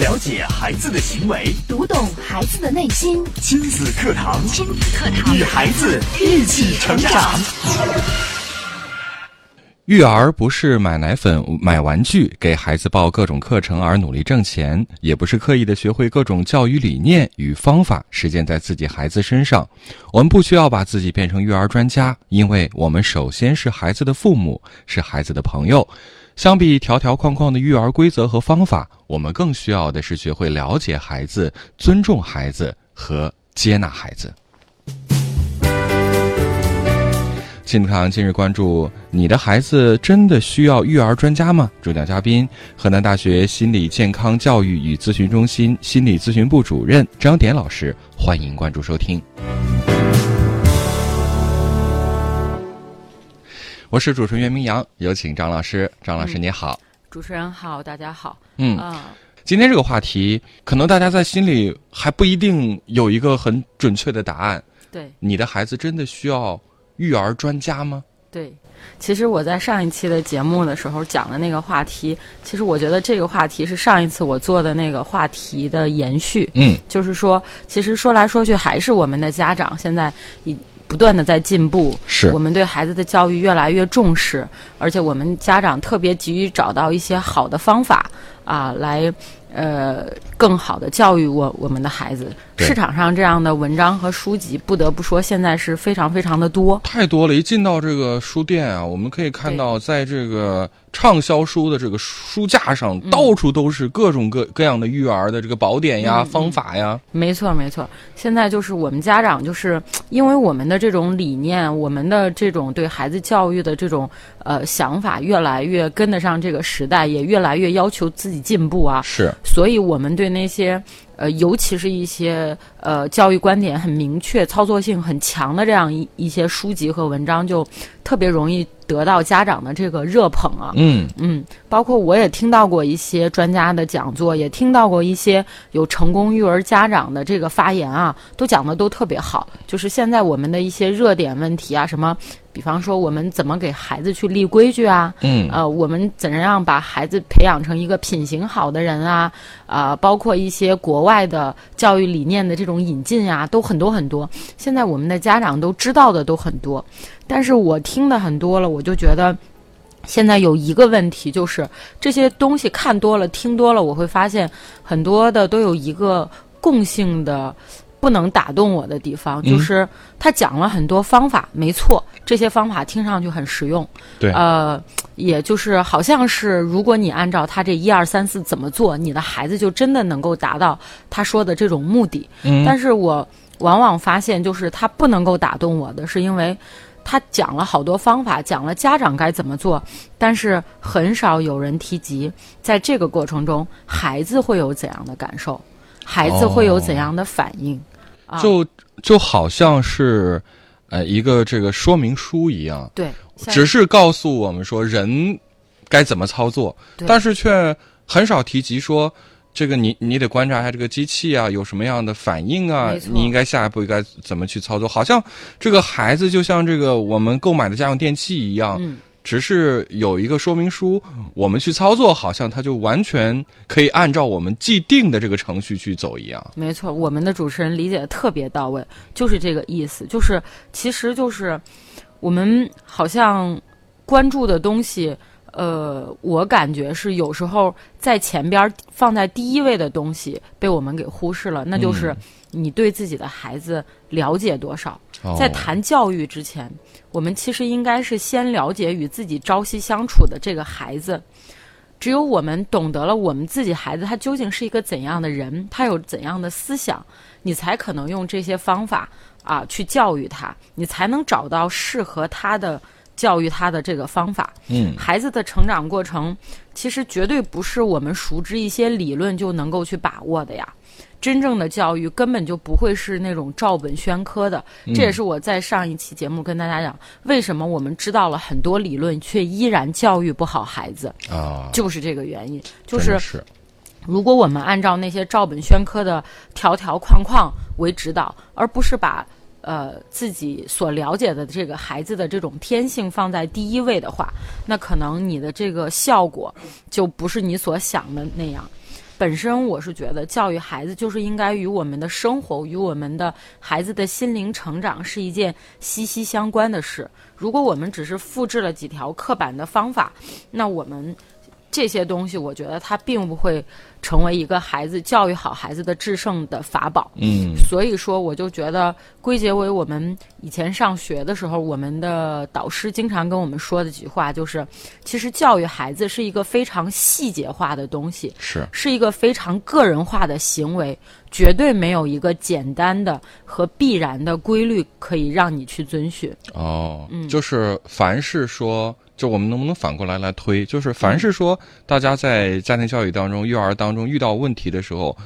了解孩子的行为，读懂孩子的内心，亲子课堂，亲子课堂与孩子一起成长。育儿不是买奶粉、买玩具，给孩子报各种课程而努力挣钱，也不是刻意的学会各种教育理念与方法，实践在自己孩子身上。我们不需要把自己变成育儿专家，因为我们首先是孩子的父母，是孩子的朋友。相比条条框框的育儿规则和方法，我们更需要的是学会了解孩子、尊重孩子和接纳孩子。亲子课堂今日关注：你的孩子真的需要育儿专家吗？主讲嘉宾：河南大学心理健康教育与咨询中心心理咨询部主任张典老师。欢迎关注收听。我是主持人袁明阳，有请张老师。张老师你好，主持人好，大家好。嗯，啊，今天这个话题，可能大家在心里还不一定有一个很准确的答案。对你的孩子真的需要育儿专家吗？对，其实我在上一期的节目的时候讲的那个话题，其实我觉得这个话题是上一次我做的那个话题的延续。嗯，就是说，其实说来说去还是我们的家长现在已不断的在进步，是我们对孩子的教育越来越重视，而且我们家长特别急于找到一些好的方法啊，来呃更好的教育我我们的孩子。对市场上这样的文章和书籍，不得不说现在是非常非常的多。太多了！一进到这个书店啊，我们可以看到，在这个畅销书的这个书架上，到处都是各种各各样的育儿的这个宝典呀、嗯方法呀。没错，没错。现在就是我们家长，就是因为我们的这种理念，我们的这种对孩子教育的这种呃想法，越来越跟得上这个时代，也越来越要求自己进步啊。是，所以，我们对那些呃，尤其是一些呃教育观点很明确、操作性很强的这样一一些书籍和文章，就特别容易得到家长的这个热捧啊。嗯，嗯，包括我也听到过一些专家的讲座，也听到过一些有成功育儿家长的这个发言啊，都讲的都特别好。就是现在我们的一些热点问题啊，什么，比方说我们怎么给孩子去立规矩啊，嗯呃，我们怎样把孩子培养成一个品行好的人啊，啊、包括一些国外的教育理念的这种引进啊，都很多很多。现在我们的家长都知道的都很多，但是我听的很多了，我就觉得。现在有一个问题，就是这些东西看多了、听多了，我会发现很多的都有一个共性的不能打动我的地方，就嗯是他讲了很多方法，没错，这些方法听上去很实用，对呃，也就是好像是如果你按照他这一二三四怎么做，你的孩子就真的能够达到他说的这种目的，嗯但是我往往发现，就是他不能够打动我的，是因为他讲了好多方法，讲了家长该怎么做，但是很少有人提及，在这个过程中，孩子会有怎样的感受，孩子会有怎样的反应。啊就就好像是，呃，一个这个说明书一样，对，只是告诉我们说人该怎么操作，对但是却很少提及说。这个你你得观察一下这个机器啊，有什么样的反应啊没？错你应该下一步应该怎么去操作？好像这个孩子就像这个我们购买的家用电器一样，嗯只是有一个说明书，我们去操作，好像它就完全可以按照我们既定的这个程序去走一样。没错，我们的主持人理解的特别到位，就是这个意思，就是其实就是我们好像关注的东西，呃，我感觉是有时候在前边儿放在第一位的东西被我们给忽视了，那就是你对自己的孩子了解多少。在哦谈教育之前，我们其实应该是先了解与自己朝夕相处的这个孩子。只有我们懂得了我们自己孩子他究竟是一个怎样的人，他有怎样的思想，你才可能用这些方法啊去教育他，你才能找到适合他的教育他的这个方法。嗯孩子的成长过程，其实绝对不是我们熟知一些理论就能够去把握的呀。真正的教育根本就不会是那种照本宣科的，嗯这也是我在上一期节目跟大家讲，为什么我们知道了很多理论，却依然教育不好孩子，啊，就是这个原因。就真是是如果我们按照那些照本宣科的条条框框为指导，而不是把呃自己所了解的这个孩子的这种天性放在第一位的话，那可能你的这个效果就不是你所想的那样。本身我是觉得，教育孩子就是应该与我们的生活、与我们的孩子的心灵成长是一件息息相关的事。如果我们只是复制了几条刻板的方法，那我们这些东西，我觉得它并不会成为一个孩子教育好孩子的制胜的法宝。嗯所以说，我就觉得归结为我们以前上学的时候，我们的导师经常跟我们说的几句话，就是其实教育孩子是一个非常细节化的东西，是是一个非常个人化的行为，绝对没有一个简单的和必然的规律可以让你去遵循。哦，嗯就是凡是说，就我们能不能反过来来推，就是凡是说大家在家庭教育当中、幼儿当中遇到问题的时候，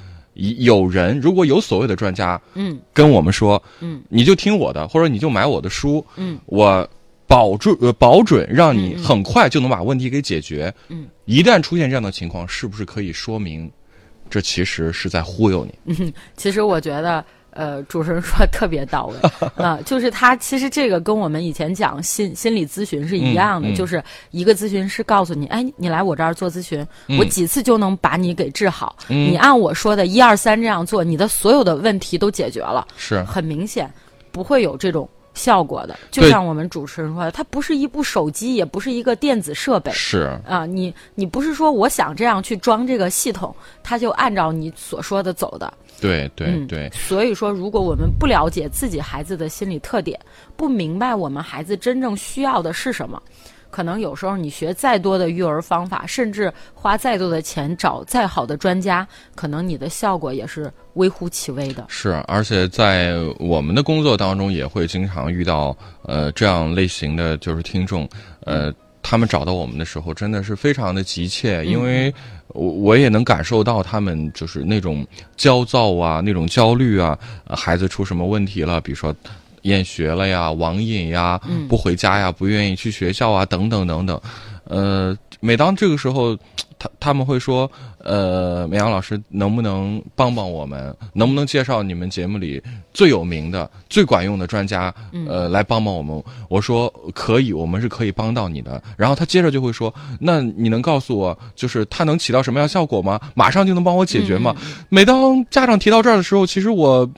以有人如果有所谓的专家嗯跟我们说，嗯，你就听我的，或者你就买我的书，嗯，我保准呃保准让你很快就能把问题给解决，嗯，一旦出现这样的情况，是不是可以说明这其实是在忽悠你？其实我觉得，呃，主持人说得特别到 位啊、就是他其实这个跟我们以前讲心心理咨询是一样的，嗯嗯就是一个咨询师告诉你，哎，你来我这儿做咨询，嗯我几次就能把你给治好，你按我说的一二三这样做，你的所有的问题都解决了，是，很明显不会有这种。效果的，就对像我们主持人说的，它不是一部手机，也不是一个电子设备，是，啊，你你不是说我想这样去装这个系统，它就按照你所说的走的。对对嗯对，所以说，如果我们不了解自己孩子的心理特点，不明白我们孩子真正需要的是什么，可能有时候你学再多的育儿方法，甚至花再多的钱找再好的专家，可能你的效果也是微乎其微的。是，而且在我们的工作当中也会经常遇到呃这样类型的就是听众，呃，他们找到我们的时候真的是非常的急切，因为我我也能感受到他们就是那种焦躁啊，那种焦虑啊，呃孩子出什么问题了，比如说。厌学了呀，网瘾呀，不回家呀，不愿意去学校啊，等等等等，呃，每当这个时候，他他们会说，呃，梅阳老师能不能帮帮我们？能不能介绍你们节目里最有名的、最管用的专家，呃，来帮帮我们？我说可以，我们是可以帮到你的。然后他接着就会说，那你能告诉我，就是他能起到什么样的效果吗？马上就能帮我解决吗？嗯每当家长提到这儿的时候，其实我。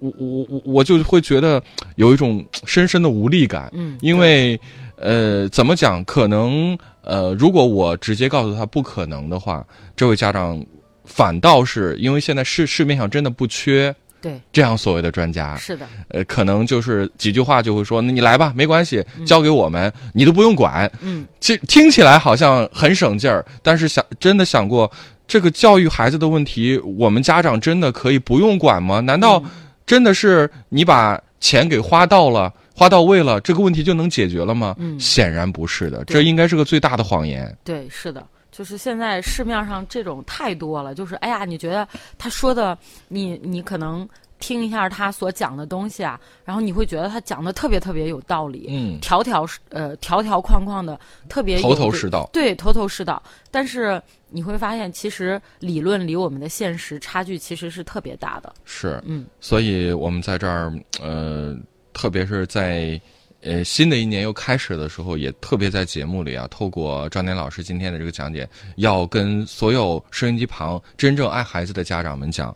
我我我我就会觉得有一种深深的无力感，嗯，因为，呃，怎么讲？可能，呃，如果我直接告诉他不可能的话，这位家长反倒是因为现在市市面上真的不缺对，这样所谓的专家，是的，呃，可能就是几句话就会说，那你来吧，没关系，交给我们，你都不用管。嗯，其实听起来好像很省劲儿，但是想真的想过，这个教育孩子的问题，我们家长真的可以不用管吗？难嗯道真的是你把钱给花到了？花到位了，这个问题就能解决了吗？嗯显然不是的，对这应该是个最大的谎言。对，是的，就是现在市面上这种太多了，就是哎呀，你觉得他说的，你你可能听一下他所讲的东西啊，然后你会觉得他讲的特别特别有道理，嗯，条条是呃条条框框的，特别有头头这是道。对，头头是道。但是你会发现，其实理论离我们的现实差距其实是特别大的。是，嗯，所以我们在这儿，呃，特别是在呃新的一年又开始的时候，也特别在节目里啊，透过张楠老师今天的这个讲解，要跟所有收音机旁真正爱孩子的家长们讲。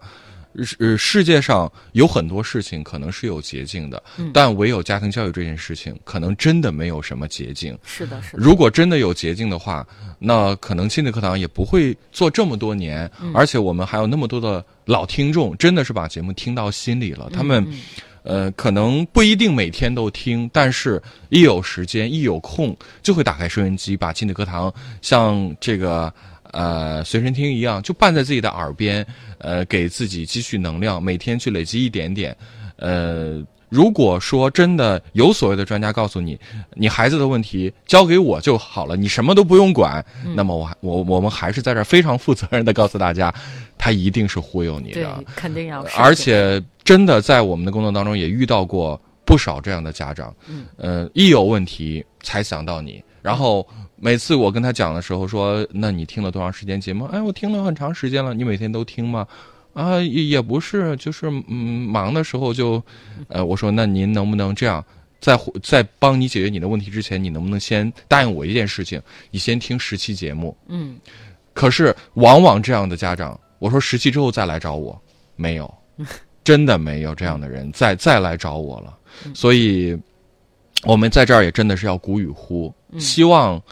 呃，世界上有很多事情可能是有捷径的，但唯有家庭教育这件事情，可能真的没有什么捷径。是的，是的，如果真的有捷径的话，那可能亲子课堂也不会做这么多年，嗯而且我们还有那么多的老听众，真的是把节目听到心里嗯了。他们，呃，可能不一定每天都听，但是一有时间、一有空，就会打开收音机，把亲子课堂像这个。呃，随身听一样，就伴在自己的耳边，呃，给自己积蓄能量，每天去累积一点点，呃，如果说真的有所谓的专家告诉你，你孩子的问题交给我就好了，你什么都不用管，那么我还我我们还是在这儿非常负责任的告诉大家，他一定是忽悠你对的，，肯定要是。而且真的在我们的工作当中也遇到过不少这样的家长，嗯，呃，一有问题才想到你，然后。每次我跟他讲的时候说，那你听了多长时间节目？哎，我听了很长时间了。你每天都听吗？啊，也也不是，就是嗯，忙的时候就，呃，我说那您能不能这样，在回在帮你解决你的问题之前，你能不能先答应我一件事情，你先听十期节目。嗯可是往往这样的家长，我说十期之后再来找我，没有，真的没有这样的人再再来找我了。所以，我们在这儿也真的是要鼓与呼，希望，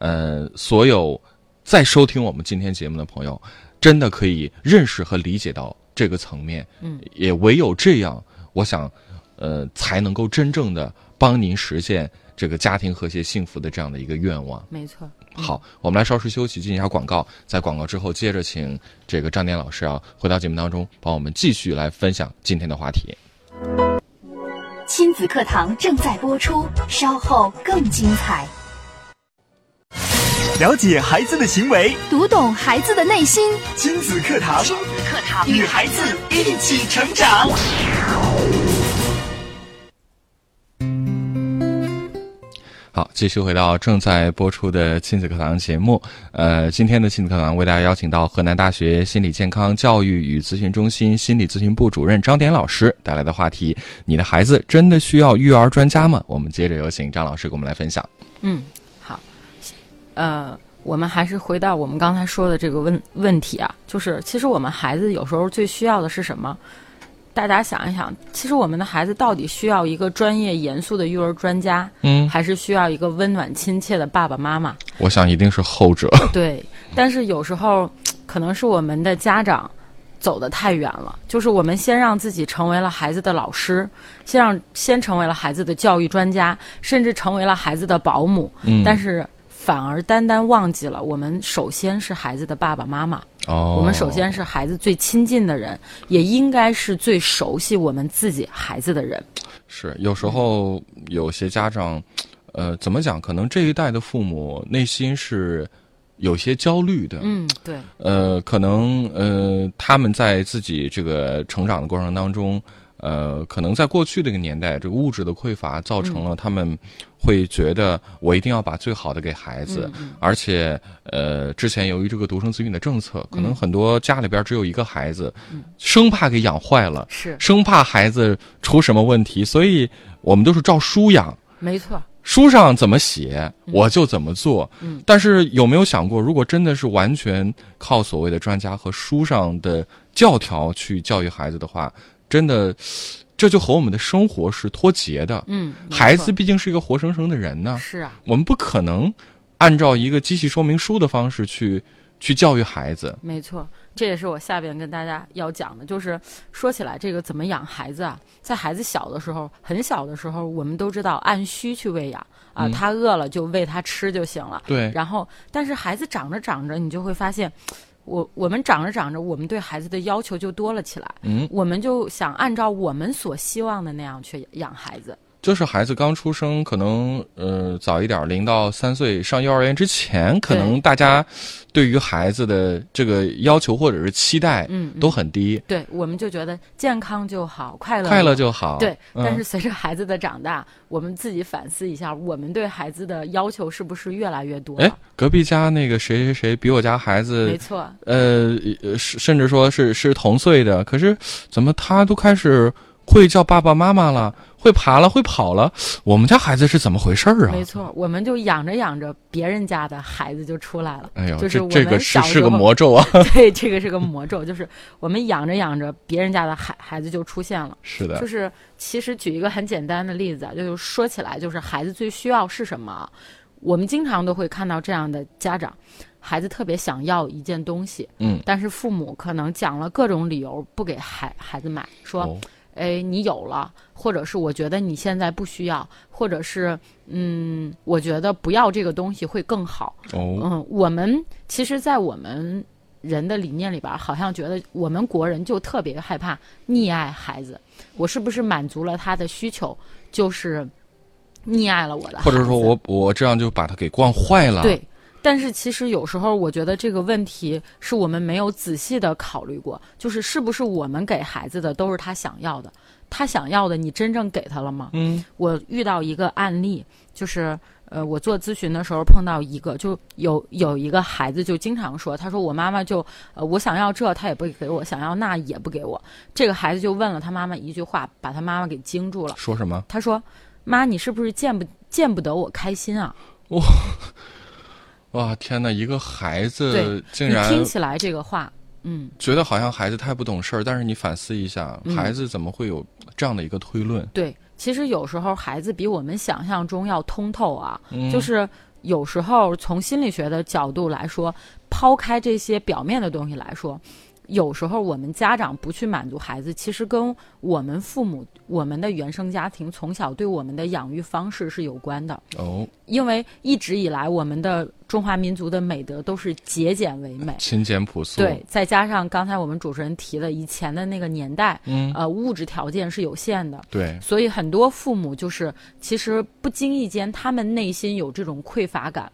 呃，所有在收听我们今天节目的朋友，真的可以认识和理解到这个层面。嗯，也唯有这样，我想，呃，才能够真正的帮您实现这个家庭和谐幸福的这样的一个愿望。没错。好，我们来稍事休息，进一下广告。在广告之后，接着请这个张念老师啊，回到节目当中，帮我们继续来分享今天的话题。亲子课堂正在播出，稍后更精彩。了解孩子的行为，读懂孩子的内心，亲子课堂亲子课堂与孩子一起成长。好，继续回到正在播出的亲子课堂节目。呃，今天的亲子课堂为大家邀请到河南大学心理健康教育与咨询中心心理咨询部主任张典老师带来的话题：你的孩子真的需要育儿专家吗？我们接着有请张老师给我们来分享。嗯，好，呃，我们还是回到我们刚才说的这个问问题啊，就是其实我们孩子有时候最需要的是什么？大家想一想，其实我们的孩子到底需要一个专业严肃的育儿专家，嗯，还是需要一个温暖亲切的爸爸妈妈？我想一定是后者。 对，但是有时候可能是我们的家长走得太远了，就是我们先让自己成为了孩子的老师，先让先成为了孩子的教育专家，甚至成为了孩子的保姆，嗯但是反而单单忘记了我们首先是孩子的爸爸妈妈，哦我们首先是孩子最亲近的人，也应该是最熟悉我们自己孩子的人。是，有时候有些家长，呃，怎么讲？可能这一代的父母内心是有些焦虑的。，嗯，对，呃，可能呃，他们在自己这个成长的过程当中，呃，可能在过去这个年代，这个物质的匮乏造成嗯了他们会觉得我一定要把最好的给孩子，嗯而且呃，之前由于这个独生子女的政策，可能嗯很多家里边只有一个孩子，生怕给养坏了，是生怕孩子出什么问题，所以我们都是照书养。没错。书上怎么写，我就怎么做。嗯但是有没有想过，如果真的是完全靠所谓的专家和书上的教条去教育孩子的话，真的，这就和我们的生活是脱节的。嗯，没孩错子毕竟是一个活生生的人呢，是啊，我们不可能按照一个机器说明书的方式去去教育孩子。没错，这也是我下边跟大家要讲的，就是说起来这个怎么养孩子啊，在孩子小的时候，很小的时候，我们都知道按需去喂养啊，嗯他饿了就喂他吃就行了。对，然后，但是孩子长着长着，你就会发现，我我们长着长着，我们对孩子的要求就多了起来，嗯，我们就想按照我们所希望的那样去养孩子。就是孩子刚出生，可能呃早一点，零到三岁上幼儿园之前，可能大家对于孩子的这个要求或者是期待，嗯嗯都很低，对，我们就觉得健康就好，快乐快就乐好就好。对，嗯但是随着孩子的长大，我们自己反思一下，我们对孩子的要求是不是越来越多哎了？，隔壁家那个谁谁谁比我家孩没子，错，呃，呃甚甚至说是是同岁的，可是怎么他都开始会叫爸爸妈妈了，会爬了，会跑了，我们家孩子是怎么回事儿啊？没错，我们就养着养着，别人家的孩子就出来了。哎呦，就是我这这个们是小是时个候，魔咒啊！ 对，这个是个魔咒，就是我们养着养着，别人家的孩孩子就出现了。是的就，是其实举一个很简单的例子啊，就是说起来，就是孩子最需要是什么啊？我们经常都会看到这样的家长，孩子特别想要一件东西，嗯，但是父母可能讲了各种理由不给孩孩子买，说，哦哎，你有了，或者是我觉得你现在不需要，或者是嗯，我觉得不要这个东西会更好。哦，嗯，我们其实，在我们人的理念里边儿，好像觉得我们国人就特别害怕溺爱孩子。我是不是满足了他的需求，就是溺爱了我的孩子？ 或者说我我这样就把他给惯坏了。对。但是其实有时候，我觉得这个问题是我们没有仔细的考虑过，就是是不是我们给孩子的都是他想要的，他想要的你真正给他了吗？嗯，我遇到一个案例，就是呃，我做咨询的时候碰到一个，就有有一个孩子就经常说，他说我妈妈就呃，我想要这他也不给我，想要那也不给我。这个孩子就问了他妈妈一句话，把他妈妈给惊住了。说什么？他说：“妈，你是不是见不见不得我开心啊？”哇，天哪！一个孩对子竟你然听起来这个话，嗯，觉得好像孩子太不懂事儿，但是你反思一下，嗯孩子怎么会有这样的一个推论？对，其实有时候孩子比我们想象中要通透啊，嗯就是有时候从心理学的角度来说，抛开这些表面的东西来说。有时候我们家长不去满足孩子，其实跟我们父母、我们的原生家庭从小对我们的养育方式是有关的。哦，因为一直以来，我们的中华民族的美德都是节俭为美，勤俭朴素，对，，再加上刚才我们主持人提了以前的那个年代，嗯，呃，物质条件是有限的，对，所以很多父母就是其实不经意间，他们内心有这种匮乏感。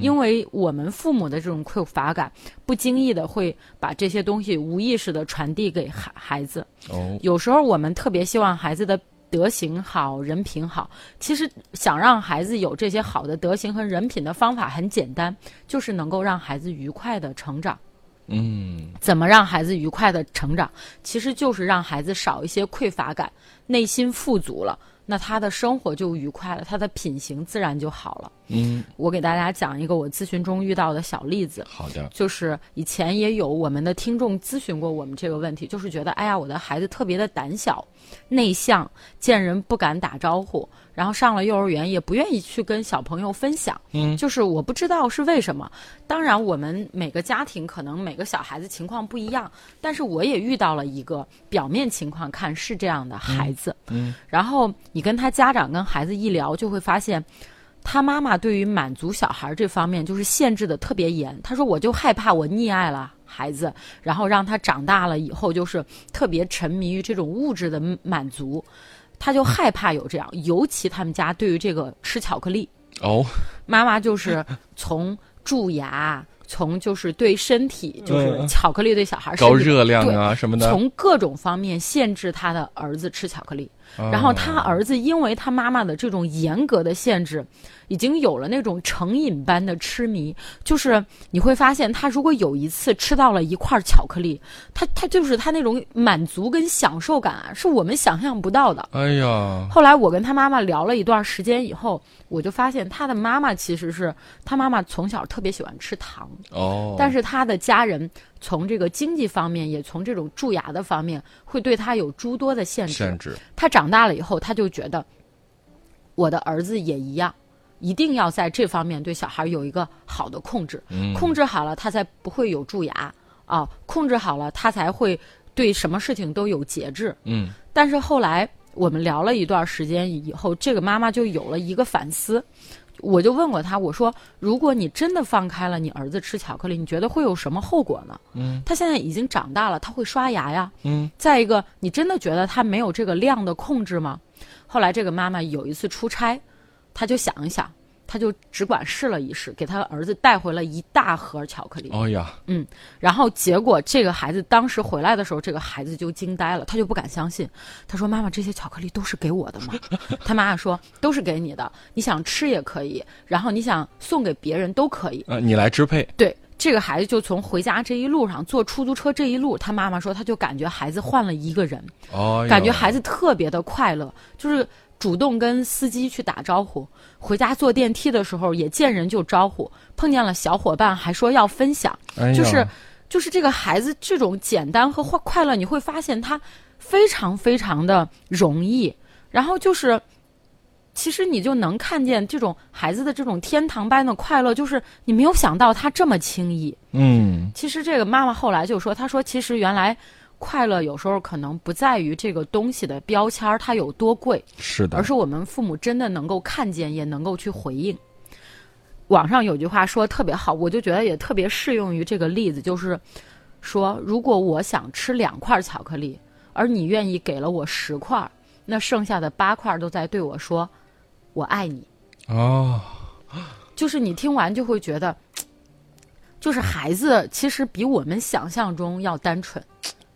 因为我们父母的这种匮乏感，不经意的会把这些东西无意识的传递给孩孩子。哦，有时候我们特别希望孩子的德行好、人品好，其实想让孩子有这些好的德行和人品的方法很简单，就是能够让孩子愉快的成长。嗯，怎么让孩子愉快的成长，其实就是让孩子少一些匮乏感，内心富足了，那他的生活就愉快了，他的品行自然就好了。嗯，我给大家讲一个我咨询中遇到的小例子，好的，就是以前也有我们的听众咨询过我们这个问题，就是觉得哎呀，我的孩子特别的胆小、内向，见人不敢打招呼，然后上了幼儿园也不愿意去跟小朋友分享。嗯就是我不知道是为什么。当然，我们每个家庭可能每个小孩子情况不一样，但是我也遇到了一个表面情况看是这样的孩子。嗯嗯然后你跟他家长跟孩子一聊，就会发现。他妈妈对于满足小孩这方面就是限制的特别严。他说：“我就害怕我溺爱了孩子，然后让他长大了以后就是特别沉迷于这种物质的满足，他就害怕有这样。尤其他们家对于这个吃巧克力，哦，妈妈就是从蛀牙，从就是对身体，就是嗯巧克力对小孩身体高热量啊什么的，从各种方面限制他的儿子吃巧克力。哦然后他儿子因为他妈妈的这种严格的限制，已经有了那种成瘾般的痴迷。就是你会发现，他如果有一次吃到了一块巧克力，他他就是他那种满足跟享受感啊，是我们想象不到的。哎呀，后来我跟他妈妈聊了一段时间以后，我就发现他的妈妈其实是他妈妈从小特别喜欢吃糖，哦，但是他的家人从这个经济方面，也从这种蛀牙的方面，会对他有诸多的限制。限制，他长大了以后，他就觉得我的儿子也一样，一定要在这方面对小孩有一个好的控制，嗯控制好了，他才不会有蛀牙啊，控制好了，他才会对什么事情都有节制。嗯，但是后来我们聊了一段时间以后，这个妈妈就有了一个反思。我就问过她，我说：“如果你真的放开了你儿子吃巧克力，你觉得会有什么后果呢？”嗯，他现在已经长大了，他会刷牙呀。嗯，再一个，你真的觉得他没有这个量的控制吗？后来这个妈妈有一次出差，她就想一想，她就只管试了一试，给她儿子带回了一大盒巧克力。哦呀，然后结果这个孩子当时回来的时候，这个孩子就惊呆了，他就不敢相信。他说：“妈妈，这些巧克力都是给我的吗？” 他妈妈说：“都是给你的，你想吃也可以，然后你想送给别人都可以。呃，你来支配，”对，这个孩子就从回家这一路上坐出租车这一路，他妈妈说他就感觉孩子换了一个人，哦，感觉孩子，子特别的快乐，就是主动跟司机去打招呼，回家坐电梯的时候也见人就招呼，碰见了小伙伴还说要分享。哎呀就是就是这个孩子这种简单和快快乐，你会发现他非常非常的容易，然后就是。其实你就能看见这种孩子的这种天堂般的快乐，就是你没有想到他这么轻易。嗯，其实这个妈妈后来就说：“她说其实原来快乐有时候可能不在于这个东西的标签儿它有多贵，是的而，是我们父母真的能够看见，也能够去回应。网上有句话说得特别好，我就觉得也特别适用于这个例子，就是说，如果我想吃两块巧克力，而你愿意给了我十块，那剩下的八块都在对我说“我爱你哦，”。就是你听完就会觉得，就是孩子其实比我们想象中要单纯。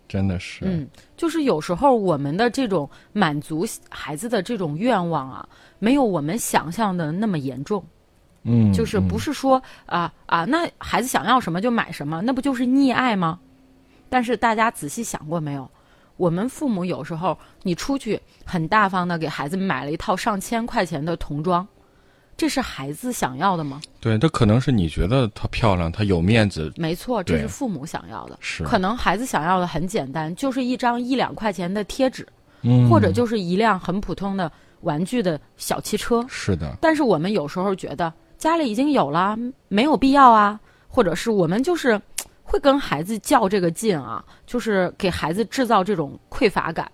真的是，嗯，就是有时候我们的这种满足孩子的这种愿望啊，没有我们想象的那么严重。嗯，就是不是说啊啊，那孩子想要什么就买什么，那不就是溺爱吗？但是大家仔细想过没有？我们父母有时候，你出去很大方的给孩子买了一套上千块钱的童装，这是孩子想要的吗？对，这可能是你觉得她漂亮，她有面子，没错，这对是父母想要的。是可能孩子想要的很简单，就是一张一两块钱的贴纸，嗯，或者就是一辆很普通的玩具的小汽车。是的，但是我们有时候觉得家里已经有了，没有必要啊，或者是我们就是嘖会跟孩子较这个劲啊，就是给孩子制造这种匮乏感。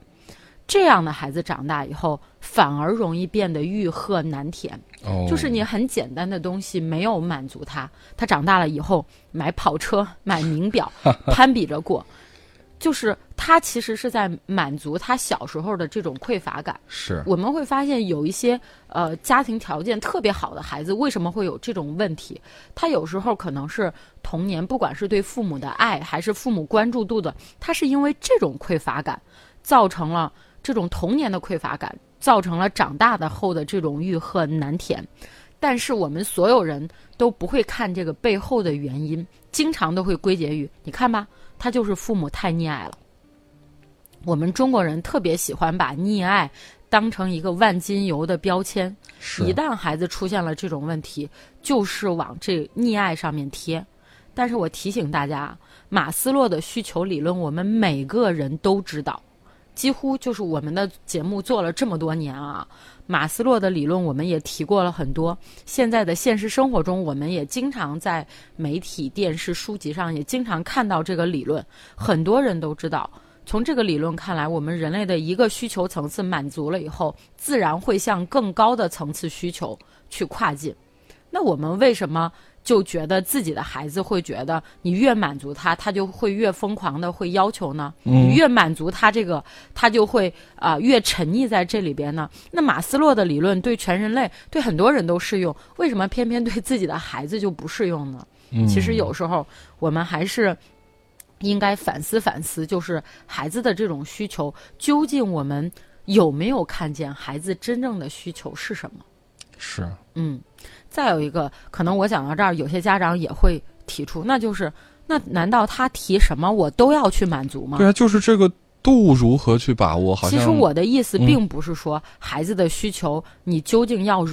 这样的孩子长大以后，反而容易变得欲壑难填，哦，就是你很简单的东西没有满足他，他长大了以后买跑车、买名表，攀比着过，就是他其实是在满足他小时候的这种匮乏感。是我们会发现有一些呃家庭条件特别好的孩子，为什么会有这种问题？他有时候可能是童年，不管是对父母的爱还是父母关注度的，他是因为这种匮乏感，造成了这种童年的匮乏感，造成了长大的后的这种欲壑难填。但是我们所有人都不会看这个背后的原因，经常都会归结于你看吧，他就是父母太溺爱了。我们中国人特别喜欢把溺爱当成一个万金油的标签，是一旦孩子出现了这种问题，就是往这溺爱上面贴。但是我提醒大家，啊马斯洛的需求理论，我们每个人都知道，几乎就是我们的节目做了这么多年啊，马斯洛的理论我们也提过了很多。现在的现实生活中，我们也经常在媒体、电视、书籍上也经常看到这个理论，很多人都知道。从这个理论看来，我们人类的一个需求层次满足了以后，自然会向更高的层次需求去跨进。那我们为什么就觉得自己的孩子会觉得你越满足他，他就会越疯狂的会要求呢？嗯你越满足他这个，他就会啊、越沉溺在这里边呢？那马斯洛的理论对全人类对很多人都适用，为什么偏偏对自己的孩子就不适用呢？嗯其实有时候我们还是应该反思反思，就是孩子的这种需求，究竟我们有没有看见孩子真正的需求是什么？是，嗯，再有一个，可能我讲到这儿，有些家长也会提出，那就是，那难道他提什么我都要去满足吗？对啊，就是这个度如何去把握，好像其实我的意思嗯并不是说孩子的需求你究竟要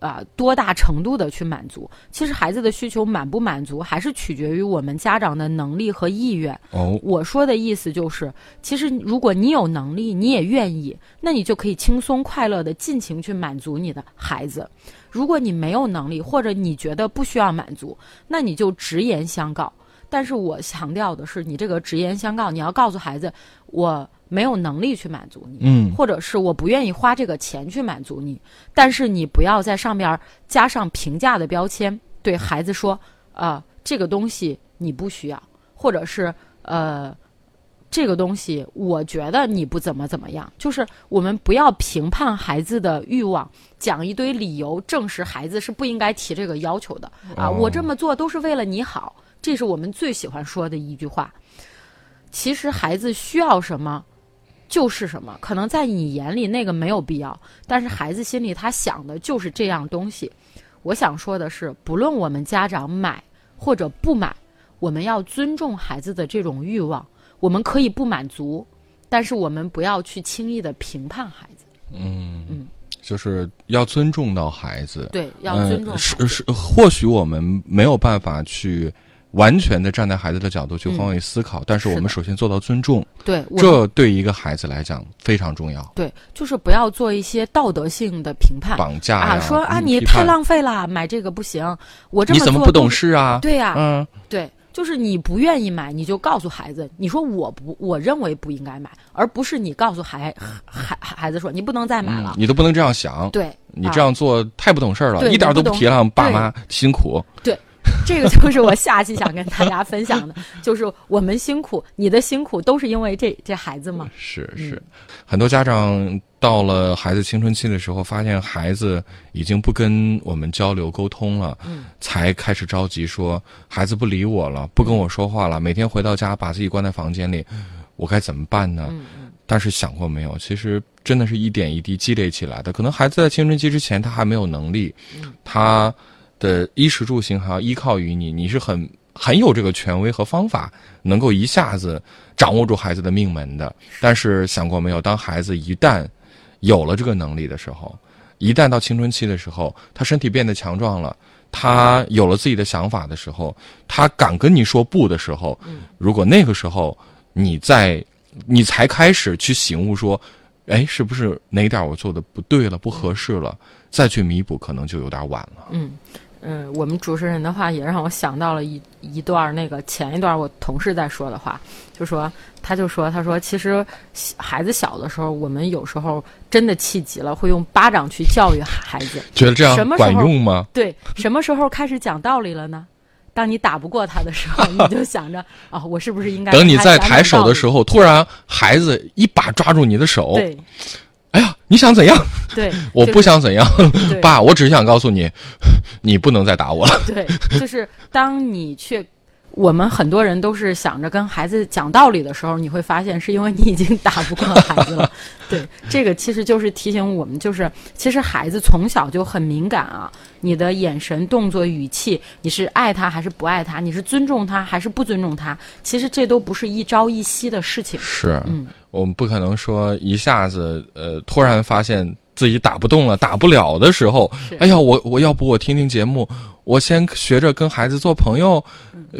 啊、多大程度的去满足，其实孩子的需求满不满足还是取决于我们家长的能力和意愿。哦，我说的意思就是，其实如果你有能力，你也愿意，那你就可以轻松快乐的尽情去满足你的孩子。如果你没有能力，或者你觉得不需要满足，那你就直言相告。但是我强调的是，你这个直言相告，你要告诉孩子，我没有能力去满足你，嗯，或者是我不愿意花这个钱去满足你，但是你不要在上面儿加上评价的标签，对孩子说啊、这个东西你不需要，或者是呃，这个东西我觉得你不怎么怎么样，就是我们不要评判孩子的欲望，讲一堆理由证实孩子是不应该提这个要求的啊，哦我这么做都是为了你好，这是我们最喜欢说的一句话。其实孩子需要什么。就是什么，可能在你眼里那个没有必要，但是孩子心里他想的就是这样东西。我想说的是，不论我们家长买或者不买，我们要尊重孩子的这种欲望，我们可以不满足，但是我们不要去轻易的评判孩子。就是要尊重到孩子，对，要嗯尊重孩是子。是，或许我们没有办法去。完全的站在孩子的角度去换位思考，但是我嗯是们的首先做到尊重，对，我们这对一个孩子来讲非常重要。对，就是不要做一些道德性的评判绑架呀啊，说啊嗯你批太判浪费了，买这个不行，我这你么怎么做不都懂事啊？对呀、嗯，对，就是你不愿意买，你就告诉孩子，你说我不，我认为不应该买，而不是你告诉孩孩孩子说你不能再买了。你都不能这样想，对，嗯你啊这样做太不懂事儿了，对一点儿都你不不懂体谅爸对妈辛苦。这个就是我下期想跟大家分享的，就是我们辛苦，你的辛苦都是因为这这孩子吗？是是，很多家长到了孩子青春期的时候，发现孩子已经不跟我们交流沟通了，才开始着急说孩子不理我了，不跟我说话了，每天回到家把自己关在房间里，我该怎么办呢？但是想过没有，其实真的是一点一滴积累起来的。可能孩子在青春期之前，他还没有能力，他的衣食住行还要依靠于你，你是很很有这个权威和方法，能够一下子掌握住孩子的命门的。但是想过没有，当孩子一旦有了这个能力的时候，一旦到青春期的时候，他身体变得强壮了。他有了自己的想法的时候，他敢跟你说不的时候，如果那个时候你在，你才开始去醒悟说，哎，是不是哪点我做的不对了，不合适了，再去弥补，可能就有点晚了。嗯，我们主持人的话也让我想到了一一段儿那个前一段儿我同事在说的话，就说他就说他说其实孩子小的时候，我们有时候真的气急了，会用巴掌去教育孩子。觉得这什样么时候管用吗？对，什么时候开始讲道理了呢？当你打不过他的时候，你就想着啊、我是不是应该等你在抬抬手的时候，突然孩子一把抓住你的手，对哎呀，你想怎 样？对， 我不想怎样，就是对 爸，我只是想告诉你， 你不能再打我 了。对，就是当你去，我们很多人都是想着跟孩子讲道理的时候，你会发现是因为你已经打不过孩子了。对，这个其实就是提醒我们，就是其实孩子从小就很敏感啊，你的眼神、动作、语气，你是爱他还是不爱他，你是尊重他还是不尊重他，其实这都不是一朝一夕的事情。是，嗯我们不可能说一下子呃突然发现自己打不动了、打不了的时候是，哎呀，我我要不我听听节目，我先学着跟孩子做朋友，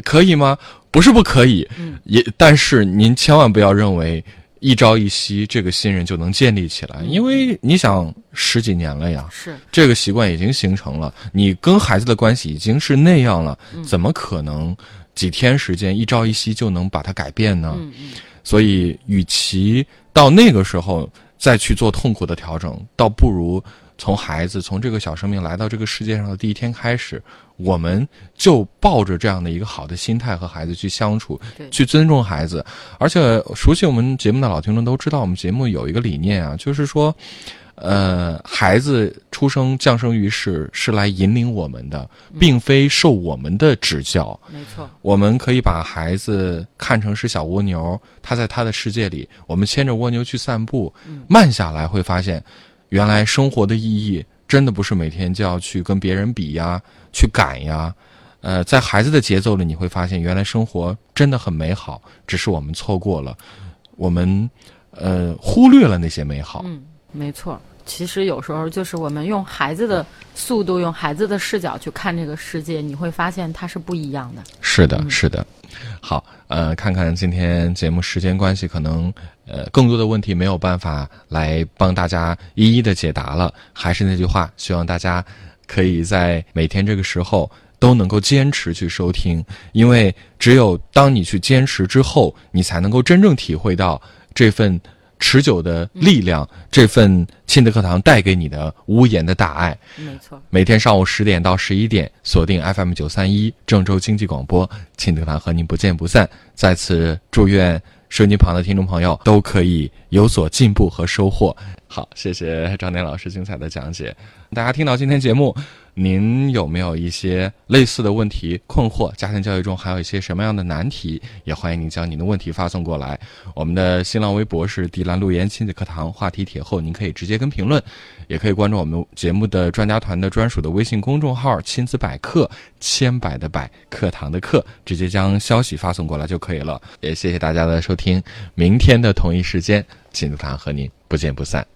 可以吗？不是不可以，嗯也但是您千万不要认为。一朝一夕，这个信任就能建立起来，嗯因为你想十几年了呀，是，这个习惯已经形成了，你跟孩子的关系已经是那样了，嗯怎么可能几天时间一朝一夕就能把它改变呢？嗯嗯，所以，与其到那个时候再去做痛苦的调整，倒不如从孩子从这个小生命来到这个世界上的第一天开始，我们就抱着这样的一个好的心态和孩子去相处对，去尊重孩子。而且，熟悉我们节目的老听众都知道，我们节目有一个理念啊，就是说。呃，孩子出生降生于世是来引领我们的，并非受我们的指教。没错，我们可以把孩子看成是小蜗牛，他在他的世界里，我们牵着蜗牛去散步，慢下来会发现，原来生活的意义真的不是每天就要去跟别人比呀，去赶呀。呃，在孩子的节奏里，你会发现原来生活真的很美好，只是我们错过了，我们呃忽略了那些美好。嗯，没错。其实有时候就是我们用孩子的速度，用孩子的视角去看这个世界，你会发现它是不一样的。是的，是的。好，呃，看看今天节目时间关系，可能呃更多的问题没有办法来帮大家一一的解答了。还是那句话，希望大家可以在每天这个时候都能够坚持去收听，因为只有当你去坚持之后，你才能够真正体会到这份。持久的力量，这份亲子课堂带给你的无言的大爱。没错，每天上午十点到十一点，锁定 FM 九三一郑州经济广播，亲子堂和您不见不散。在此祝愿收音机旁的听众朋友都可以有所进步和收获。好，谢谢张典老师精彩的讲解。大家听到今天节目，您有没有一些类似的问题、困惑？家庭教育中还有一些什么样的难题？也欢迎您将您的问题发送过来。我们的新浪微博是“迪兰路言亲子课堂”话题帖后，您可以直接跟评论。也可以关注我们节目的专家团的专属的微信公众号“亲子百科”，千百的百，课堂的课，直接将消息发送过来就可以了。也谢谢大家的收听，明天的同一时间，亲子堂和您不见不散。